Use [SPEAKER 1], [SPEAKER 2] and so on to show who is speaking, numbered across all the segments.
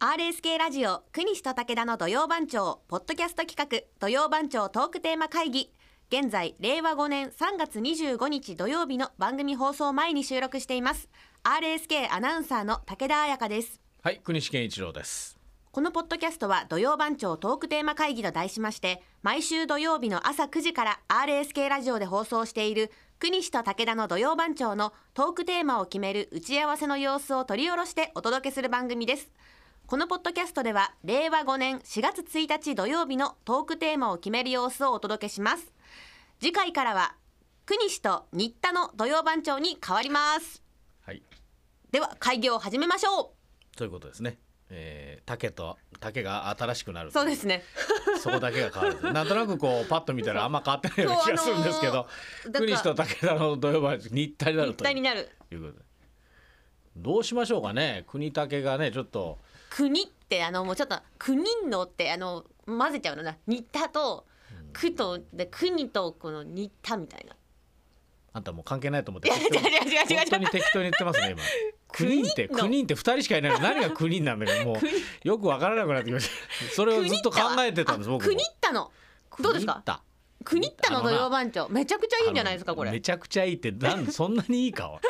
[SPEAKER 1] RSK ラジオ国西と武田の土曜番長ポッドキャスト企画土曜番長トークテーマ会議現在令和5年3月25日土曜日の番組放送前に収録しています RSK アナウンサーの武田彩香です
[SPEAKER 2] はい、国試健一郎です。
[SPEAKER 1] このポッドキャストは土曜番長トークテーマ会議と題しまして毎週土曜日の朝9時から RSK ラジオで放送している国西と武田の土曜番長のトークテーマを決める打ち合わせの様子を取り下ろしてお届けする番組ですこのポッドキャストでは令和5年4月1日土曜日のトークテーマを決める様子をお届けします次回からは国西と新田の土曜番長に変わります
[SPEAKER 2] はい、
[SPEAKER 1] では会議を始めましょ
[SPEAKER 2] ということですね。えー、竹と竹が新しくなる
[SPEAKER 1] うそうですね
[SPEAKER 2] そこだけが変わ るなんとなくこうパッと見たらあんま変わってないような
[SPEAKER 1] そう
[SPEAKER 2] 気がするんですけど、
[SPEAKER 1] あのーだから
[SPEAKER 2] 国士と武田の土曜日に一体になる
[SPEAKER 1] 一
[SPEAKER 2] とい
[SPEAKER 1] 体に
[SPEAKER 2] う
[SPEAKER 1] なる
[SPEAKER 2] いうことでどうしましょうかね国武がねちょっと
[SPEAKER 1] 国ってあのもうちょっと国のってあの混ぜちゃうのな似たと区とで国とこの似たみたいな。
[SPEAKER 2] あんたもう関係ないと思って
[SPEAKER 1] 違う違う違う違
[SPEAKER 2] 本
[SPEAKER 1] う
[SPEAKER 2] 当
[SPEAKER 1] 違
[SPEAKER 2] に
[SPEAKER 1] う。
[SPEAKER 2] 適当に言ってますね今
[SPEAKER 1] 国
[SPEAKER 2] 国って
[SPEAKER 1] の
[SPEAKER 2] 国って二人しかいないのに何が国なんだ けどもうよくわからなくなってきましたそれをずっと考えてたんです
[SPEAKER 1] 国
[SPEAKER 2] 僕も
[SPEAKER 1] ったの。どうですか。
[SPEAKER 2] 国
[SPEAKER 1] 国ったの土曜番長めちゃくちゃいいんじゃないですかこ
[SPEAKER 2] あのめ
[SPEAKER 1] れ。
[SPEAKER 2] ちゃくちゃいいって なんそんなにいいか おい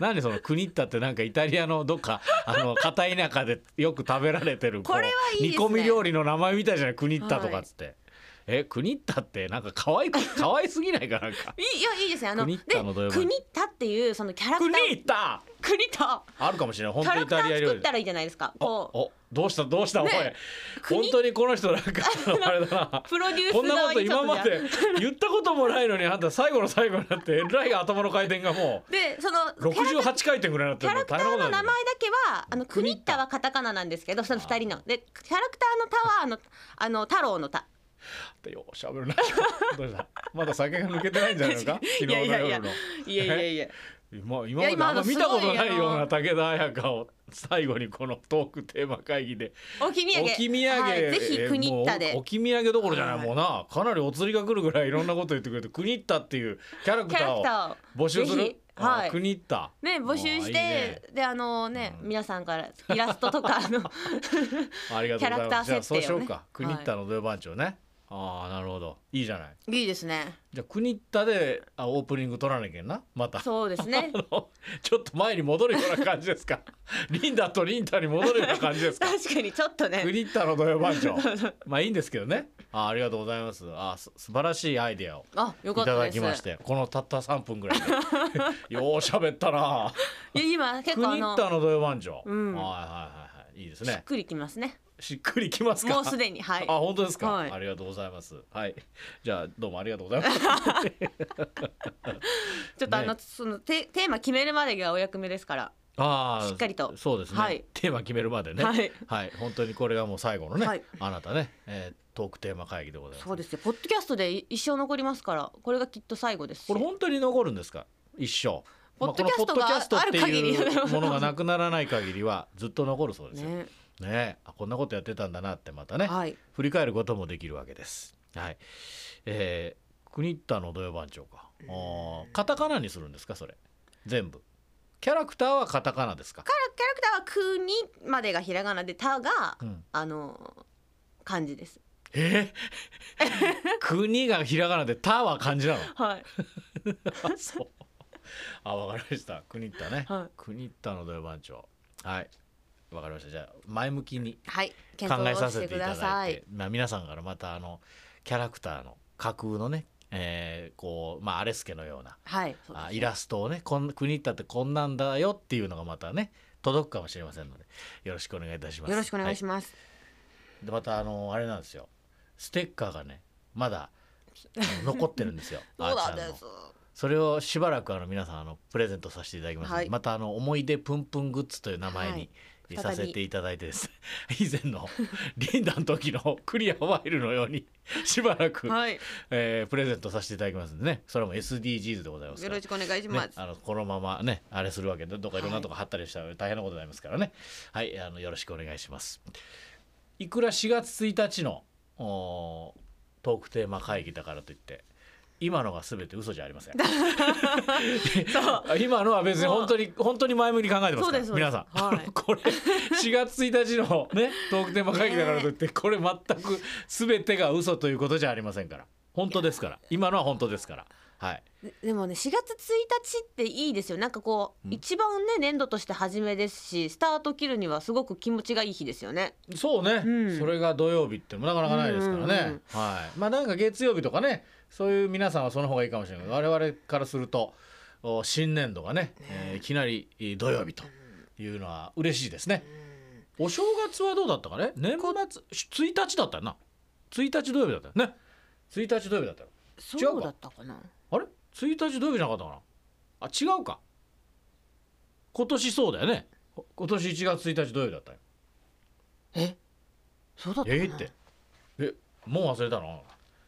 [SPEAKER 2] 何その国ったってなんかイタリアのど っかあの片田舎でよく食べられてるこう
[SPEAKER 1] これはいいですね
[SPEAKER 2] 煮込み料理の名前みたいじゃない国ったとかっつって、え国ったってなんか 可愛く可愛すぎないかなんか
[SPEAKER 1] いいいやいいですねあの
[SPEAKER 2] 国
[SPEAKER 1] で
[SPEAKER 2] ったの土曜番長
[SPEAKER 1] 国ったっていうそのキャラク
[SPEAKER 2] 国
[SPEAKER 1] ター
[SPEAKER 2] った
[SPEAKER 1] 国と
[SPEAKER 2] あるかもしれない
[SPEAKER 1] キ
[SPEAKER 2] 本
[SPEAKER 1] ャ
[SPEAKER 2] 当
[SPEAKER 1] ラクタ
[SPEAKER 2] イタリア
[SPEAKER 1] ー
[SPEAKER 2] 料
[SPEAKER 1] 作っ
[SPEAKER 2] 理
[SPEAKER 1] たらいいじゃないですか。こう
[SPEAKER 2] おどうしたどうした、
[SPEAKER 1] ね
[SPEAKER 2] おい
[SPEAKER 1] 国
[SPEAKER 2] 本当にこの人なんかあれだ な
[SPEAKER 1] プロデュース
[SPEAKER 2] こんなこ
[SPEAKER 1] 側
[SPEAKER 2] と
[SPEAKER 1] にちょ
[SPEAKER 2] 今
[SPEAKER 1] っと
[SPEAKER 2] ま
[SPEAKER 1] じゃ
[SPEAKER 2] で言ったこともないのにあんた最後の最後になってえらい頭の回転がもう
[SPEAKER 1] あ。でその
[SPEAKER 2] 六
[SPEAKER 1] キャラ
[SPEAKER 2] 十八回転ぐらいになっ
[SPEAKER 1] キ
[SPEAKER 2] て
[SPEAKER 1] ャ
[SPEAKER 2] る
[SPEAKER 1] ラ
[SPEAKER 2] の
[SPEAKER 1] クター
[SPEAKER 2] 大変
[SPEAKER 1] の
[SPEAKER 2] な
[SPEAKER 1] 名
[SPEAKER 2] こと
[SPEAKER 1] 前だ
[SPEAKER 2] になる
[SPEAKER 1] けはあのク
[SPEAKER 2] 国
[SPEAKER 1] ニッタはカタカナなんですけどその二人のでキャラクターのタはあのあの太郎のタ
[SPEAKER 2] ってようしゃべるなどうしたまだ酒が抜けてないんじゃないのか昨日の
[SPEAKER 1] いやいや
[SPEAKER 2] 夜
[SPEAKER 1] い
[SPEAKER 2] の
[SPEAKER 1] いやいやい や
[SPEAKER 2] 今
[SPEAKER 1] いや
[SPEAKER 2] 今まで
[SPEAKER 1] 今
[SPEAKER 2] あんま見たことないよ
[SPEAKER 1] あ
[SPEAKER 2] う
[SPEAKER 1] の
[SPEAKER 2] な武田彩香を最後にこのトークテーマ会議で
[SPEAKER 1] 置き土産
[SPEAKER 2] 置き土産、
[SPEAKER 1] はい、ぜひ
[SPEAKER 2] えー
[SPEAKER 1] クニッタ
[SPEAKER 2] もう
[SPEAKER 1] で
[SPEAKER 2] 置き土産どころじゃない、
[SPEAKER 1] はい
[SPEAKER 2] もうなかなりお釣りが来るぐらいいろんなこと言ってくれてクニッタっていうキャラク
[SPEAKER 1] キ
[SPEAKER 2] タ
[SPEAKER 1] ャラクタ
[SPEAKER 2] ーを
[SPEAKER 1] ーを
[SPEAKER 2] 募集す
[SPEAKER 1] ぜ
[SPEAKER 2] る
[SPEAKER 1] ひはい
[SPEAKER 2] あクニッタ
[SPEAKER 1] ね募集して
[SPEAKER 2] あーいいね
[SPEAKER 1] であのね、
[SPEAKER 2] うん
[SPEAKER 1] 皆さんからイラストとかあ の
[SPEAKER 2] ありがとうござい
[SPEAKER 1] キャラ
[SPEAKER 2] ま
[SPEAKER 1] クタ
[SPEAKER 2] すじ
[SPEAKER 1] ー
[SPEAKER 2] ゃあ
[SPEAKER 1] 設定
[SPEAKER 2] そ
[SPEAKER 1] を
[SPEAKER 2] う
[SPEAKER 1] ね
[SPEAKER 2] しようか、クニッタの土曜番長ねああなるほどいいじゃない
[SPEAKER 1] いいですね
[SPEAKER 2] じゃあクニッタであオープニング取らなきゃなまた
[SPEAKER 1] そうですね
[SPEAKER 2] あのちょっと前に戻るような感じですか リンダとリンタに戻るような感じですか
[SPEAKER 1] 確かにちょっと
[SPEAKER 2] ク
[SPEAKER 1] ね
[SPEAKER 2] ニッタの土曜番長 まあいいんですけどねあありがとうございますあす素晴らしいアイデアを
[SPEAKER 1] あよかっ
[SPEAKER 2] い
[SPEAKER 1] たた
[SPEAKER 2] だ
[SPEAKER 1] です
[SPEAKER 2] きましてこのたった3分ぐらい でよう喋ったない
[SPEAKER 1] や今結
[SPEAKER 2] クニ
[SPEAKER 1] 構あ
[SPEAKER 2] ッ
[SPEAKER 1] の
[SPEAKER 2] タの土曜番長、
[SPEAKER 1] うん
[SPEAKER 2] はいはいはいはいいいです
[SPEAKER 1] しっ
[SPEAKER 2] ね
[SPEAKER 1] くりきますね
[SPEAKER 2] しっくりきますか
[SPEAKER 1] もうすでにはい
[SPEAKER 2] あ本当ですか、
[SPEAKER 1] はい
[SPEAKER 2] ありがとうございますはいじゃあどうもありがとうございます
[SPEAKER 1] ちょっとあの、
[SPEAKER 2] ね
[SPEAKER 1] そのテテーマ決めるまでがお役目ですから
[SPEAKER 2] あー
[SPEAKER 1] しっかりと
[SPEAKER 2] そうですね、
[SPEAKER 1] はい
[SPEAKER 2] テーマ決めるまでね
[SPEAKER 1] はい
[SPEAKER 2] はい、本当にこれがもう最後のね、
[SPEAKER 1] はい
[SPEAKER 2] あなたね、えートークテーマ会議でございます。
[SPEAKER 1] そうですよポッドキャストでい一生残りますからこれがきっと最後ですし
[SPEAKER 2] これ本当に残るんですか、一生。
[SPEAKER 1] ポッドキャストが
[SPEAKER 2] まあこのポッドキャストって
[SPEAKER 1] ある
[SPEAKER 2] い
[SPEAKER 1] 限
[SPEAKER 2] う
[SPEAKER 1] り
[SPEAKER 2] ものがなくならない限りはずっと残るそうですよ。ね
[SPEAKER 1] ね
[SPEAKER 2] あこんなことやってたんだなってまたね、
[SPEAKER 1] はい
[SPEAKER 2] 振り返ることもできるわけです。はい、えー、国田の土曜番長か。あーカタカナにするんですかそれ全部。キャラクターはカタカナですか。
[SPEAKER 1] キャラクターは「く」にまでがひらがなで「た」が、
[SPEAKER 2] うん
[SPEAKER 1] あの漢字です
[SPEAKER 2] えー、国がひらがなでタは漢 字なの。
[SPEAKER 1] はい
[SPEAKER 2] あそう。あ、わかりました。国田ね。
[SPEAKER 1] はい
[SPEAKER 2] 国田の土曜番長。はい。わかりました。じゃあ、前向きに
[SPEAKER 1] はい
[SPEAKER 2] 考
[SPEAKER 1] 検
[SPEAKER 2] え
[SPEAKER 1] 討
[SPEAKER 2] さ
[SPEAKER 1] し
[SPEAKER 2] せ
[SPEAKER 1] て
[SPEAKER 2] て
[SPEAKER 1] く
[SPEAKER 2] いた
[SPEAKER 1] ださ
[SPEAKER 2] だ
[SPEAKER 1] い
[SPEAKER 2] いて、まあ、皆さんからまた、あの、キャラクターの架空のね、えーこう、まあ、アレスケのような、
[SPEAKER 1] はいそうです
[SPEAKER 2] あイラストをね、こん国田ってこんなんだよっていうのがまたね、届くかもしれませんので、よろしくお願いいたします。
[SPEAKER 1] よろしくお願いし
[SPEAKER 2] ま
[SPEAKER 1] ます、
[SPEAKER 2] す。で、また、あの、あれなんですよ。ステッカーがね、まだ、あの残ってるんですよ。
[SPEAKER 1] そうな
[SPEAKER 2] あー
[SPEAKER 1] ん
[SPEAKER 2] ちゃんの
[SPEAKER 1] です
[SPEAKER 2] それをしばらくあの皆さんあのプレゼントさせていただきますので、
[SPEAKER 1] はい
[SPEAKER 2] またあの思い出プンプングッズという名前に、
[SPEAKER 1] はい
[SPEAKER 2] させていただいてですね以前のリンダの時のクリアファイルのようにしばらく、
[SPEAKER 1] はい
[SPEAKER 2] えープレゼントさせていただきますんでねそれも SDGs でございます
[SPEAKER 1] よ
[SPEAKER 2] から
[SPEAKER 1] ろしくお願いし
[SPEAKER 2] ね
[SPEAKER 1] ま、す、
[SPEAKER 2] あのこのままねあれするわけでどっかいろんなとこ貼ったりしたら大変なことになりますからねはい、あのよろしくお願いしますいくら4月1日のおートークテーマ会議だからといって今のが全て嘘じゃあり ません
[SPEAKER 1] そう
[SPEAKER 2] 今のは別に本当に本当に前向きに考えてま
[SPEAKER 1] そう
[SPEAKER 2] すか
[SPEAKER 1] で
[SPEAKER 2] ら
[SPEAKER 1] す
[SPEAKER 2] 皆さん、
[SPEAKER 1] そうです
[SPEAKER 2] あの これ4月1日のねトークテーマ会議だからといって、これ全く全てが嘘ということじゃありませんから本当ですから今のは本当ですからはい
[SPEAKER 1] ででもね4月1日っていいですよなんかこう、
[SPEAKER 2] うん
[SPEAKER 1] 一番ね年度として初めですしスタート切るにはすごく気持ちがいい日ですよね
[SPEAKER 2] そうね、
[SPEAKER 1] うん
[SPEAKER 2] それが土曜日ってなかなかないですからね、
[SPEAKER 1] うんうんうん
[SPEAKER 2] はい、まあなんか月曜日とかねそういう皆さんはその方がいいかもしれないけど我々からするとお新年度がねえーいきなりえー土曜日というのは嬉しいですね、お正月はどうだったかね年末し1日だったよな1日土曜日だったよね1日土曜日だったようか
[SPEAKER 1] そうだったかな
[SPEAKER 2] あれ1日土曜日じゃなかったかなあ違うか今年そうだよねこ今年1月1日土曜日だったよ
[SPEAKER 1] えそうだったかな
[SPEAKER 2] えーってえもう忘れたの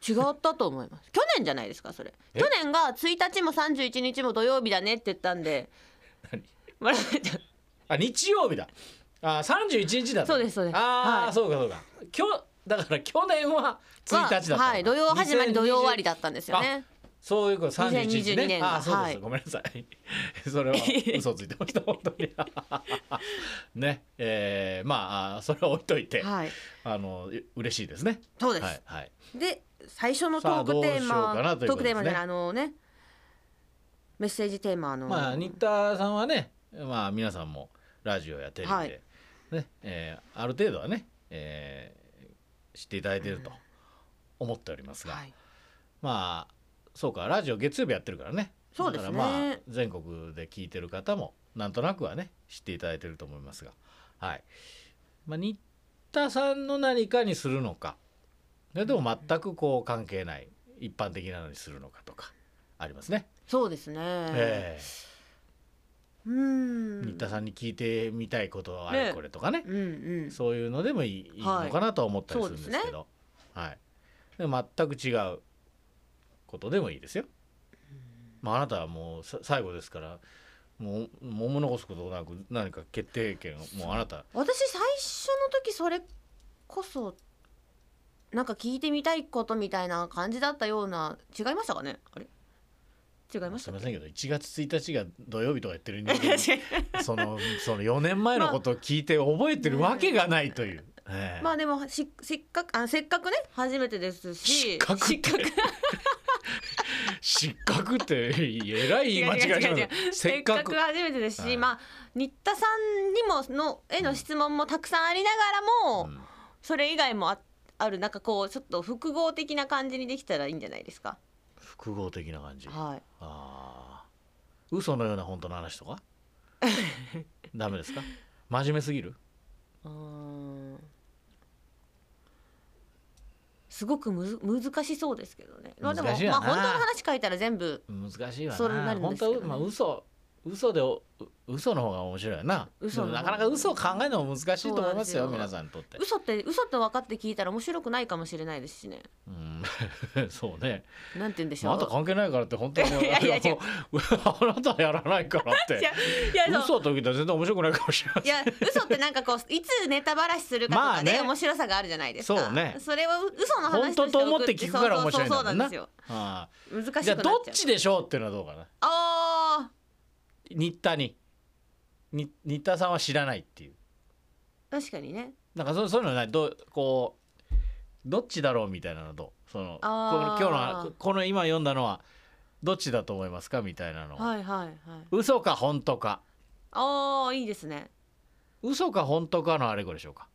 [SPEAKER 1] 違ったと思います去年じゃないですかそれ
[SPEAKER 2] え
[SPEAKER 1] 去年が1日も31日も土曜日だねって言ったんで
[SPEAKER 2] 何
[SPEAKER 1] 笑っちゃう
[SPEAKER 2] あ日曜日だあ31日だった
[SPEAKER 1] そうですそうです
[SPEAKER 2] ああ、
[SPEAKER 1] はい
[SPEAKER 2] そうかそうか今日だから去年は1日だったのか
[SPEAKER 1] はい土曜始まり土曜終わり
[SPEAKER 2] だ
[SPEAKER 1] だったんですよね
[SPEAKER 2] そういうこと三十一日
[SPEAKER 1] 2022
[SPEAKER 2] ね。
[SPEAKER 1] 年が
[SPEAKER 2] ああ、そうです、
[SPEAKER 1] はい
[SPEAKER 2] ごめんなさい。 それは 嘘ついてました本当に。 ね、えー、まああーそれは置いといて、
[SPEAKER 1] はい
[SPEAKER 2] あのう嬉しいですね。
[SPEAKER 1] そうです、
[SPEAKER 2] はいはい。
[SPEAKER 1] で最初のト
[SPEAKER 2] さ
[SPEAKER 1] ー
[SPEAKER 2] あ
[SPEAKER 1] クテー
[SPEAKER 2] どうしようかな
[SPEAKER 1] マ、
[SPEAKER 2] と
[SPEAKER 1] トー
[SPEAKER 2] いうこと
[SPEAKER 1] ク
[SPEAKER 2] で
[SPEAKER 1] テー
[SPEAKER 2] す
[SPEAKER 1] マ
[SPEAKER 2] ね
[SPEAKER 1] じゃないあのねメッセージテーマの、
[SPEAKER 2] まあ新田さんはね、まあ皆さんもラジオやテレビで、
[SPEAKER 1] はい
[SPEAKER 2] ね、えーある程度はね、えー知っていただいていると思っておりますが、
[SPEAKER 1] はい、
[SPEAKER 2] まあそうかラジオ月曜日やってるからね
[SPEAKER 1] そうですね
[SPEAKER 2] だからまあ全国で聞いてる方もなんとなくはね知っていただいてると思いますがはい、まあ、新田さんの何かにするのかそれとも全くこう関係ない一般的なのにするのかとかありますね、
[SPEAKER 1] そうですね、
[SPEAKER 2] え
[SPEAKER 1] うー
[SPEAKER 2] え
[SPEAKER 1] ん
[SPEAKER 2] 新田さんに聞いてみたいことはあ
[SPEAKER 1] ね
[SPEAKER 2] れこれとかね
[SPEAKER 1] うんうん
[SPEAKER 2] そういうのでもいい,、い、いのかなとは思ったりするんですけどはいで全く違うことでもいいですよ。まあ、あなたはもうさ最後ですからもうもう残すことなく何か決定権をもうあなた
[SPEAKER 1] 私最初の時それこそなんか聞いてみたいことみたいな感じだったような違いましたかねあれ違いまし
[SPEAKER 2] す
[SPEAKER 1] た
[SPEAKER 2] み
[SPEAKER 1] っ
[SPEAKER 2] ま
[SPEAKER 1] け
[SPEAKER 2] せんけど1月1日が土曜日とか言ってる 人
[SPEAKER 1] 違
[SPEAKER 2] 間
[SPEAKER 1] う
[SPEAKER 2] そのその4年前のことを聞いて覚えてるわけがないという。ええ
[SPEAKER 1] まあでもしせっかくあせっかくね初めてですし
[SPEAKER 2] 失格って
[SPEAKER 1] 失格
[SPEAKER 2] 失格ってえらい言い間違いし
[SPEAKER 1] 違う違う違う違
[SPEAKER 2] ます
[SPEAKER 1] せ
[SPEAKER 2] せ
[SPEAKER 1] っ
[SPEAKER 2] っ
[SPEAKER 1] か
[SPEAKER 2] かく
[SPEAKER 1] く初めてですし、
[SPEAKER 2] はい
[SPEAKER 1] まあ新田さんにものへの質問もたくさんありながらも、
[SPEAKER 2] うん
[SPEAKER 1] それ以外もああるなんかこうちょっと複合的な感じにできたらいいんじゃないですか。
[SPEAKER 2] 複合的な感じ。
[SPEAKER 1] はい。
[SPEAKER 2] ああ嘘のような本当の話 とかダメですか真面目すぎる
[SPEAKER 1] うーんすごくむず難しそうですけどね。まあでも
[SPEAKER 2] 難しいわ
[SPEAKER 1] ま
[SPEAKER 2] な
[SPEAKER 1] あ本当の話書いたら全部
[SPEAKER 2] 難しいわな
[SPEAKER 1] それになるんで
[SPEAKER 2] 本
[SPEAKER 1] すけど
[SPEAKER 2] 当
[SPEAKER 1] ね
[SPEAKER 2] はまあ嘘嘘でおう嘘の方が面白いよな
[SPEAKER 1] 嘘の方
[SPEAKER 2] で
[SPEAKER 1] が
[SPEAKER 2] もなかなか嘘を考えるのも難しいと思いますよ
[SPEAKER 1] そうなんで
[SPEAKER 2] 皆
[SPEAKER 1] す
[SPEAKER 2] さんにとって
[SPEAKER 1] 嘘って嘘って分かって聞いたら面白くないかもしれないですしね。
[SPEAKER 2] うん そうね
[SPEAKER 1] なんて言うんでしょう。
[SPEAKER 2] あなた関係ないからって本当に
[SPEAKER 1] いやいや違う
[SPEAKER 2] あなたはやらないからっ
[SPEAKER 1] いや
[SPEAKER 2] て
[SPEAKER 1] いやそう
[SPEAKER 2] 嘘を解いたら全然面白くないかもしれない
[SPEAKER 1] いや嘘ってなんかこういつネタばらしするかと
[SPEAKER 2] ま
[SPEAKER 1] か
[SPEAKER 2] あ
[SPEAKER 1] で、
[SPEAKER 2] ね
[SPEAKER 1] 面白さがあるじゃないですか
[SPEAKER 2] そうね
[SPEAKER 1] それは嘘の
[SPEAKER 2] 本
[SPEAKER 1] 話
[SPEAKER 2] 当
[SPEAKER 1] として
[SPEAKER 2] と思っ
[SPEAKER 1] 送
[SPEAKER 2] て聞くから面白いん
[SPEAKER 1] そう
[SPEAKER 2] だ
[SPEAKER 1] そ
[SPEAKER 2] も
[SPEAKER 1] うんなん
[SPEAKER 2] な
[SPEAKER 1] ですよ
[SPEAKER 2] あ
[SPEAKER 1] 難しくな
[SPEAKER 2] あ
[SPEAKER 1] っちゃ
[SPEAKER 2] じゃあ
[SPEAKER 1] う
[SPEAKER 2] どっちでしょうっていうのはどうかな
[SPEAKER 1] あ
[SPEAKER 2] 新田にに新田さんは知らないっていう
[SPEAKER 1] ー確かにね
[SPEAKER 2] なんかそうそういうのないどうこうどっちだろうみたいなのとそのこ
[SPEAKER 1] あ
[SPEAKER 2] の今
[SPEAKER 1] ー
[SPEAKER 2] 日のこの今読んだのはどっちだと思いますかみたいなの、
[SPEAKER 1] はいはいはい
[SPEAKER 2] 嘘か本当か
[SPEAKER 1] あーいいですね
[SPEAKER 2] 嘘か本当かのあれこれでしょうか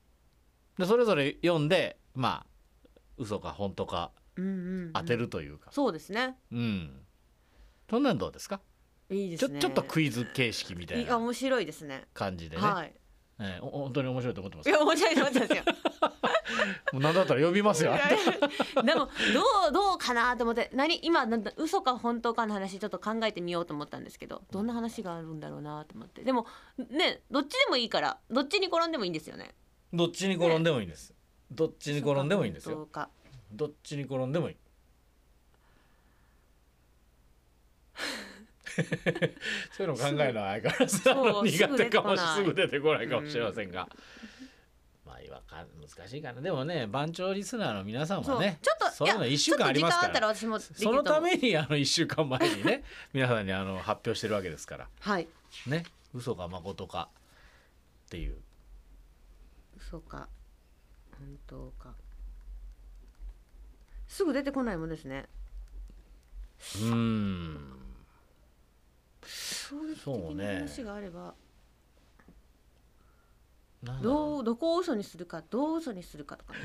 [SPEAKER 2] でそれぞれ読んでまあ嘘か本当か
[SPEAKER 1] うんうん、うん
[SPEAKER 2] 当てるというか
[SPEAKER 1] そうですね
[SPEAKER 2] うん、そんなんどうですか
[SPEAKER 1] いいで
[SPEAKER 2] ち
[SPEAKER 1] す
[SPEAKER 2] ょ
[SPEAKER 1] ね
[SPEAKER 2] ちょっとクイズ形式みたい
[SPEAKER 1] いや
[SPEAKER 2] な
[SPEAKER 1] 面白いですね
[SPEAKER 2] 感じでね、
[SPEAKER 1] はい
[SPEAKER 2] ええお本当に面白いと思ってま
[SPEAKER 1] い
[SPEAKER 2] す
[SPEAKER 1] や面白いと思った んですよ
[SPEAKER 2] もう何だったら呼びますよ
[SPEAKER 1] でもどうどうかなと思って何今なんだ嘘か本当かの話ちょっと考えてみようと思ったんですけどどんな話があるんだろうなと思ってでもねどっちでもいいからどっちに転んでもいいんですよね。
[SPEAKER 2] どっちに転んでもいいんです。どっちに転んでもいいんです
[SPEAKER 1] 嘘
[SPEAKER 2] よ。
[SPEAKER 1] か
[SPEAKER 2] どっちに転ん でもいい。そういうの考えるのは相変わらずあの
[SPEAKER 1] そうすぐ
[SPEAKER 2] 苦手か
[SPEAKER 1] 出てこ
[SPEAKER 2] もし
[SPEAKER 1] ない
[SPEAKER 2] すぐ出てこないかもしれませんが、まあわか難しいかなでもね番長リスナーの皆さん
[SPEAKER 1] そ
[SPEAKER 2] は
[SPEAKER 1] う、
[SPEAKER 2] ね
[SPEAKER 1] ちょっと
[SPEAKER 2] そういうの一週間あります
[SPEAKER 1] ちょっと時間
[SPEAKER 2] か
[SPEAKER 1] あった
[SPEAKER 2] ら
[SPEAKER 1] ら私もできると
[SPEAKER 2] そ
[SPEAKER 1] 思う
[SPEAKER 2] のためにあの一週間前にね皆さんにあの発表してるわけですから
[SPEAKER 1] はい
[SPEAKER 2] ね嘘か誠かっていう
[SPEAKER 1] 嘘か本当かすぐ出てこないもんですね
[SPEAKER 2] うーん
[SPEAKER 1] 衝撃
[SPEAKER 2] そう
[SPEAKER 1] 的な
[SPEAKER 2] ね
[SPEAKER 1] 話があれば、
[SPEAKER 2] なんだろう
[SPEAKER 1] どうどこを嘘にするかどう嘘にするかとかね、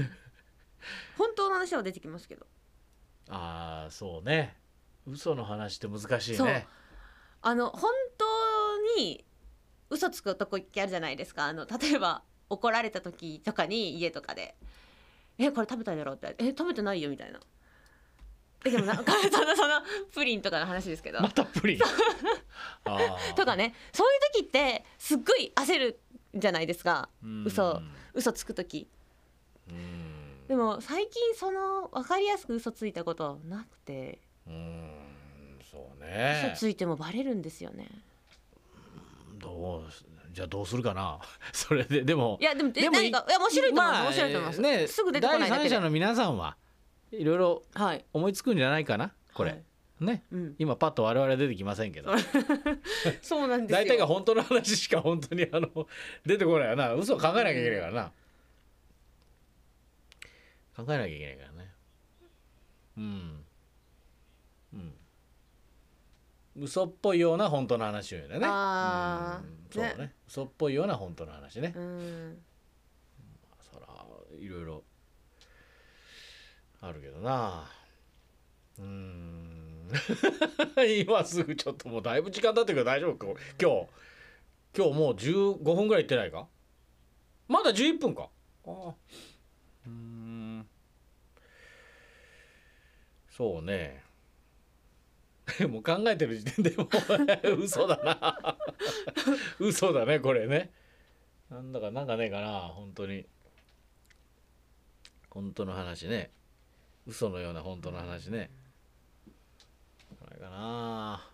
[SPEAKER 1] 本当の話は出てきますけど
[SPEAKER 2] ああそうね嘘の話って難しい
[SPEAKER 1] そう
[SPEAKER 2] ね
[SPEAKER 1] あの本当に嘘つく男ってあるじゃないですかあの例えば怒られた時とかに家とかで「えこれ食べただろ?」って「え食べてないよ」みたいな。えでもなんかそのそのプリンとかの話ですけど、
[SPEAKER 2] またプリン あー
[SPEAKER 1] とかねそういう時ってすっごい焦るじゃないですか
[SPEAKER 2] うん
[SPEAKER 1] 嘘嘘つく時
[SPEAKER 2] うん
[SPEAKER 1] でも最近その分かりやすく嘘ついたことはなくて、
[SPEAKER 2] うんそうね
[SPEAKER 1] 嘘ついてもバレるんですよね
[SPEAKER 2] どうすじゃあどうするかな それででも
[SPEAKER 1] いやでもで
[SPEAKER 2] でも
[SPEAKER 1] 何かいや面白いと思います、
[SPEAKER 2] まあ
[SPEAKER 1] 面白いと思います、
[SPEAKER 2] ね
[SPEAKER 1] すぐ出てこないだけ
[SPEAKER 2] 第
[SPEAKER 1] で
[SPEAKER 2] 三者の皆さんはいろいろ
[SPEAKER 1] はい
[SPEAKER 2] 思いつくんじゃないかなこれ、
[SPEAKER 1] はい
[SPEAKER 2] ね
[SPEAKER 1] うん、
[SPEAKER 2] 今パッと我々出てきませんけど
[SPEAKER 1] そうなんですよ
[SPEAKER 2] 大体が本当の話しか本当にあの出てこないよな嘘を考えなきゃいけないからな、考えなきゃいけないからねうんうん嘘っぽいような本当の話を言うんだよね
[SPEAKER 1] あー
[SPEAKER 2] うんそうね
[SPEAKER 1] ね
[SPEAKER 2] 嘘っぽいような本当の話ね、
[SPEAKER 1] うん
[SPEAKER 2] そらいろいろあるけどなうーん 今すぐちょっともうだいぶ時間経ってるけど大丈夫かこれ今日今日もう15分ぐらい行ってないかまだ11分かああうーんそうねもう考えてる時点でもう 嘘だな 嘘だねこれねなんだかなんかねえかな本当に本当の話ね嘘のような本当の話ねこれかな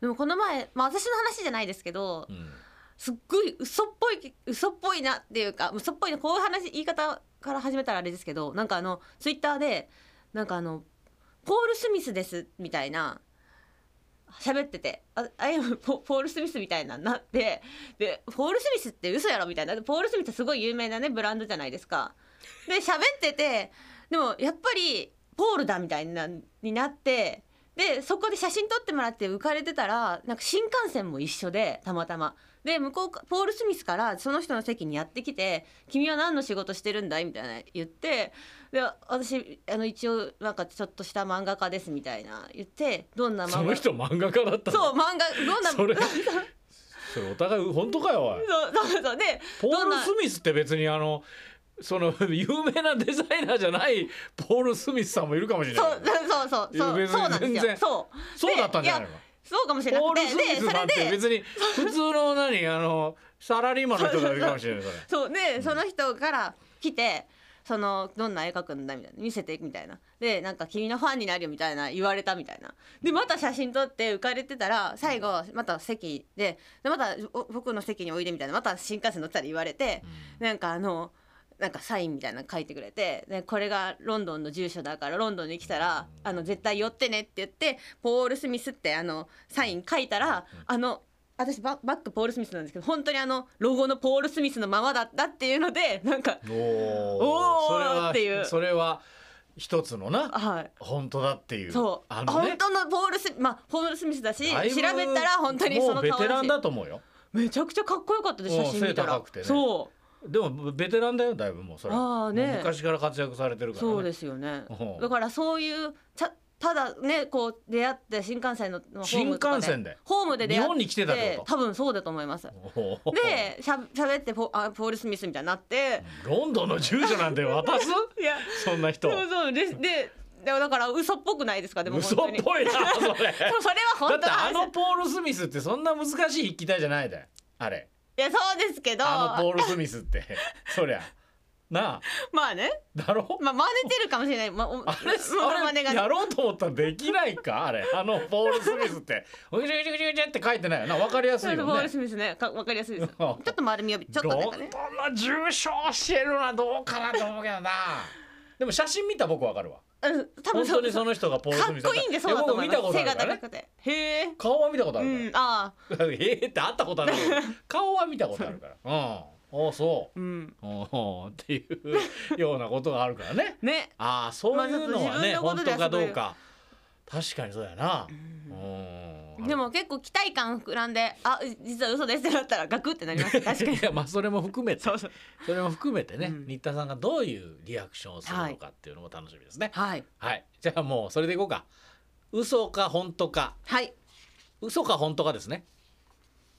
[SPEAKER 1] でもこの前、まあ、私の話じゃないですけど
[SPEAKER 2] うん
[SPEAKER 1] すっごい嘘っぽい嘘っぽいなっていうか嘘っぽいなこういう話言い方から始めたらあれですけどなんかあのツイッターでなんかあのポール・スミスですみたいな喋ってて「ああいやポポール・スミス」みたいなになってで「ポール・スミスって嘘やろ」みたいなでポール・スミスってすごい有名なねブランドじゃないですか。で喋っててでもやっぱりポールだみたいなになってでそこで写真撮ってもらって浮かれてたらなんか新幹線も一緒でたまたま。で向こうかポール・スミスからその人の席にやってきて「君は何の仕事してるんだい?」みたいな言ってで私あの一応なんかちょっとした漫画家ですみたいな言ってどんな漫画
[SPEAKER 2] その人漫画家だったの
[SPEAKER 1] そう漫画どんな
[SPEAKER 2] そ れそれお互い本当かよおい
[SPEAKER 1] そうそうそうで
[SPEAKER 2] ポー
[SPEAKER 1] どん
[SPEAKER 2] ル・
[SPEAKER 1] な
[SPEAKER 2] スミスって別にあのその有名なデザイナーじゃないポール・スミスさんもいるかもしれ
[SPEAKER 1] そ
[SPEAKER 2] ないう
[SPEAKER 1] そうそうそ
[SPEAKER 2] いや
[SPEAKER 1] う
[SPEAKER 2] 別に
[SPEAKER 1] そうなんです
[SPEAKER 2] 全
[SPEAKER 1] よ
[SPEAKER 2] 然
[SPEAKER 1] そう
[SPEAKER 2] そうだったんじゃない
[SPEAKER 1] で
[SPEAKER 2] の
[SPEAKER 1] そうかもしれな
[SPEAKER 2] ポー
[SPEAKER 1] く
[SPEAKER 2] ル・スミ
[SPEAKER 1] てで
[SPEAKER 2] ス
[SPEAKER 1] そ
[SPEAKER 2] さんって
[SPEAKER 1] れで
[SPEAKER 2] 別に普通の何あのサラリーマンの人だけかもしれ ないそれ
[SPEAKER 1] そうでその人から来てそのどんな絵描くんだみたいな見せてみたいなでなんか君のファンになるよみたいな言われたみたいなでまた写真撮って浮かれてたら最後また席ででまたお僕の席においでみたいなまた新幹線乗ったら言われて、なんかあのなんかサインみたいなの書いてくれてでこれがロンドンの住所だからロンドンに来たらあの絶対寄ってねって言ってポール・スミスってあのサイン書いたらあの私ババックポール・スミスなんですけど本当にあのロゴのポール・スミスのままだったっていうのでなんか
[SPEAKER 2] お
[SPEAKER 1] おー
[SPEAKER 2] ーそれは
[SPEAKER 1] っていう
[SPEAKER 2] それは一つのな
[SPEAKER 1] はい。
[SPEAKER 2] 本当だっていう
[SPEAKER 1] そう、
[SPEAKER 2] あの
[SPEAKER 1] 本
[SPEAKER 2] ね
[SPEAKER 1] 当のポールスミまあポールスミスだし調
[SPEAKER 2] だいぶ
[SPEAKER 1] べたら本当にそ
[SPEAKER 2] も
[SPEAKER 1] の
[SPEAKER 2] うベ
[SPEAKER 1] 顔
[SPEAKER 2] テ
[SPEAKER 1] だ
[SPEAKER 2] ラ
[SPEAKER 1] し
[SPEAKER 2] ンだと思うよ
[SPEAKER 1] めちゃくちゃかっこよかったです
[SPEAKER 2] うん
[SPEAKER 1] 写真見た
[SPEAKER 2] 背
[SPEAKER 1] ら、
[SPEAKER 2] 高くてね
[SPEAKER 1] そ
[SPEAKER 2] でもベテランだよだいぶもうそれ
[SPEAKER 1] あーね
[SPEAKER 2] もう昔から活躍されてる
[SPEAKER 1] う
[SPEAKER 2] から、ね、
[SPEAKER 1] そうですよね
[SPEAKER 2] うん
[SPEAKER 1] だからそういうちゃただねこう出会って新幹線ののホー
[SPEAKER 2] 新
[SPEAKER 1] ムとか
[SPEAKER 2] 幹
[SPEAKER 1] で
[SPEAKER 2] 線で
[SPEAKER 1] ホームで出会って
[SPEAKER 2] 日本に来てたってこと
[SPEAKER 1] 多分そうだと思います
[SPEAKER 2] おー
[SPEAKER 1] でしゃ喋ってポあポール・スミスみたいになって、
[SPEAKER 2] ロンドンの住所なんて渡 す
[SPEAKER 1] いや
[SPEAKER 2] そんな人
[SPEAKER 1] そうそうでででもだから嘘っぽくないですかでも
[SPEAKER 2] 嘘
[SPEAKER 1] 本
[SPEAKER 2] っ
[SPEAKER 1] 当に
[SPEAKER 2] ぽいなそれ
[SPEAKER 1] そうそれは
[SPEAKER 2] だ
[SPEAKER 1] 本
[SPEAKER 2] っ
[SPEAKER 1] 当の
[SPEAKER 2] てあ
[SPEAKER 1] 話
[SPEAKER 2] のポール・スミスってそんな難しい筆記体じゃないだよあれ
[SPEAKER 1] いやそうですけど
[SPEAKER 2] あのポール・スミスってそりゃなあ
[SPEAKER 1] まあね
[SPEAKER 2] だろ
[SPEAKER 1] まあ真似てるかもしれないまあお
[SPEAKER 2] あれ
[SPEAKER 1] モノマネが
[SPEAKER 2] あれやろうと思ったらできないかあれあのポール・スミスって「うじゅうじゅうじゅうじゅ」って書いてないよな分かりやすい
[SPEAKER 1] そう
[SPEAKER 2] よ
[SPEAKER 1] ボール
[SPEAKER 2] ね。
[SPEAKER 1] スミスねかわかりやすいですちょっと丸みを帯びちょっとなん
[SPEAKER 2] ロ
[SPEAKER 1] か
[SPEAKER 2] ン
[SPEAKER 1] ね
[SPEAKER 2] ドンの重傷してるのはどうかなと思うけどなでも写真見たら僕分かるわ
[SPEAKER 1] うん多分
[SPEAKER 2] 本
[SPEAKER 1] そ
[SPEAKER 2] 当
[SPEAKER 1] う
[SPEAKER 2] にその人がポール・
[SPEAKER 1] か
[SPEAKER 2] ス
[SPEAKER 1] っ
[SPEAKER 2] ミス
[SPEAKER 1] こいいんでそうだと思います
[SPEAKER 2] や僕
[SPEAKER 1] 背
[SPEAKER 2] 見た
[SPEAKER 1] が
[SPEAKER 2] ことあるから
[SPEAKER 1] 高
[SPEAKER 2] ね
[SPEAKER 1] くてへえ
[SPEAKER 2] 顔は見たことあ
[SPEAKER 1] う
[SPEAKER 2] るから、
[SPEAKER 1] んああ
[SPEAKER 2] ええって会ったことあるけど顔は見たことあるからうんああそう
[SPEAKER 1] うん
[SPEAKER 2] うんっていうようなことがあるからね
[SPEAKER 1] ね
[SPEAKER 2] ああそういうのはね、
[SPEAKER 1] まあ
[SPEAKER 2] 本
[SPEAKER 1] ちょっと自分のこ
[SPEAKER 2] 当
[SPEAKER 1] とでは
[SPEAKER 2] かどうか確かにそうやな
[SPEAKER 1] う、ん
[SPEAKER 2] うん
[SPEAKER 1] でも結構期待感膨らんであ実は嘘ですってなったらガクってなります確かに
[SPEAKER 2] いやまあ それも含めて
[SPEAKER 1] そうそう
[SPEAKER 2] それも含めてね、
[SPEAKER 1] うん
[SPEAKER 2] 新田さんがどういうリアクションをするのかっていうのも楽しみですね
[SPEAKER 1] はい
[SPEAKER 2] はい、じゃあもうそれでいこうか嘘か本当か
[SPEAKER 1] はい
[SPEAKER 2] 嘘か本当かですね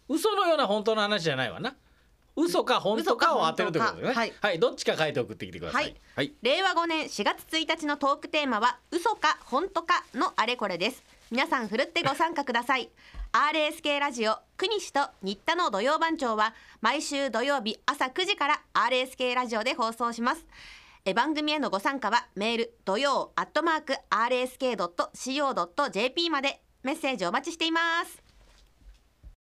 [SPEAKER 2] 嘘のような本当の話じゃないわな嘘か本当かを当てるということでね
[SPEAKER 1] 嘘か本当か
[SPEAKER 2] はい、どっちか書いて送ってきてください
[SPEAKER 1] はい、
[SPEAKER 2] はい
[SPEAKER 1] 令和5年4月1日のトークテーマは嘘か本当かのあれこれです皆さんふるってご参加ください RSK ラジオ国西と新田の土曜番長は毎週土曜日朝9時から RSK ラジオで放送しますえ番組へのご参加はメール土曜アットマーク RSK.CO.JP までメッセージお待ちしています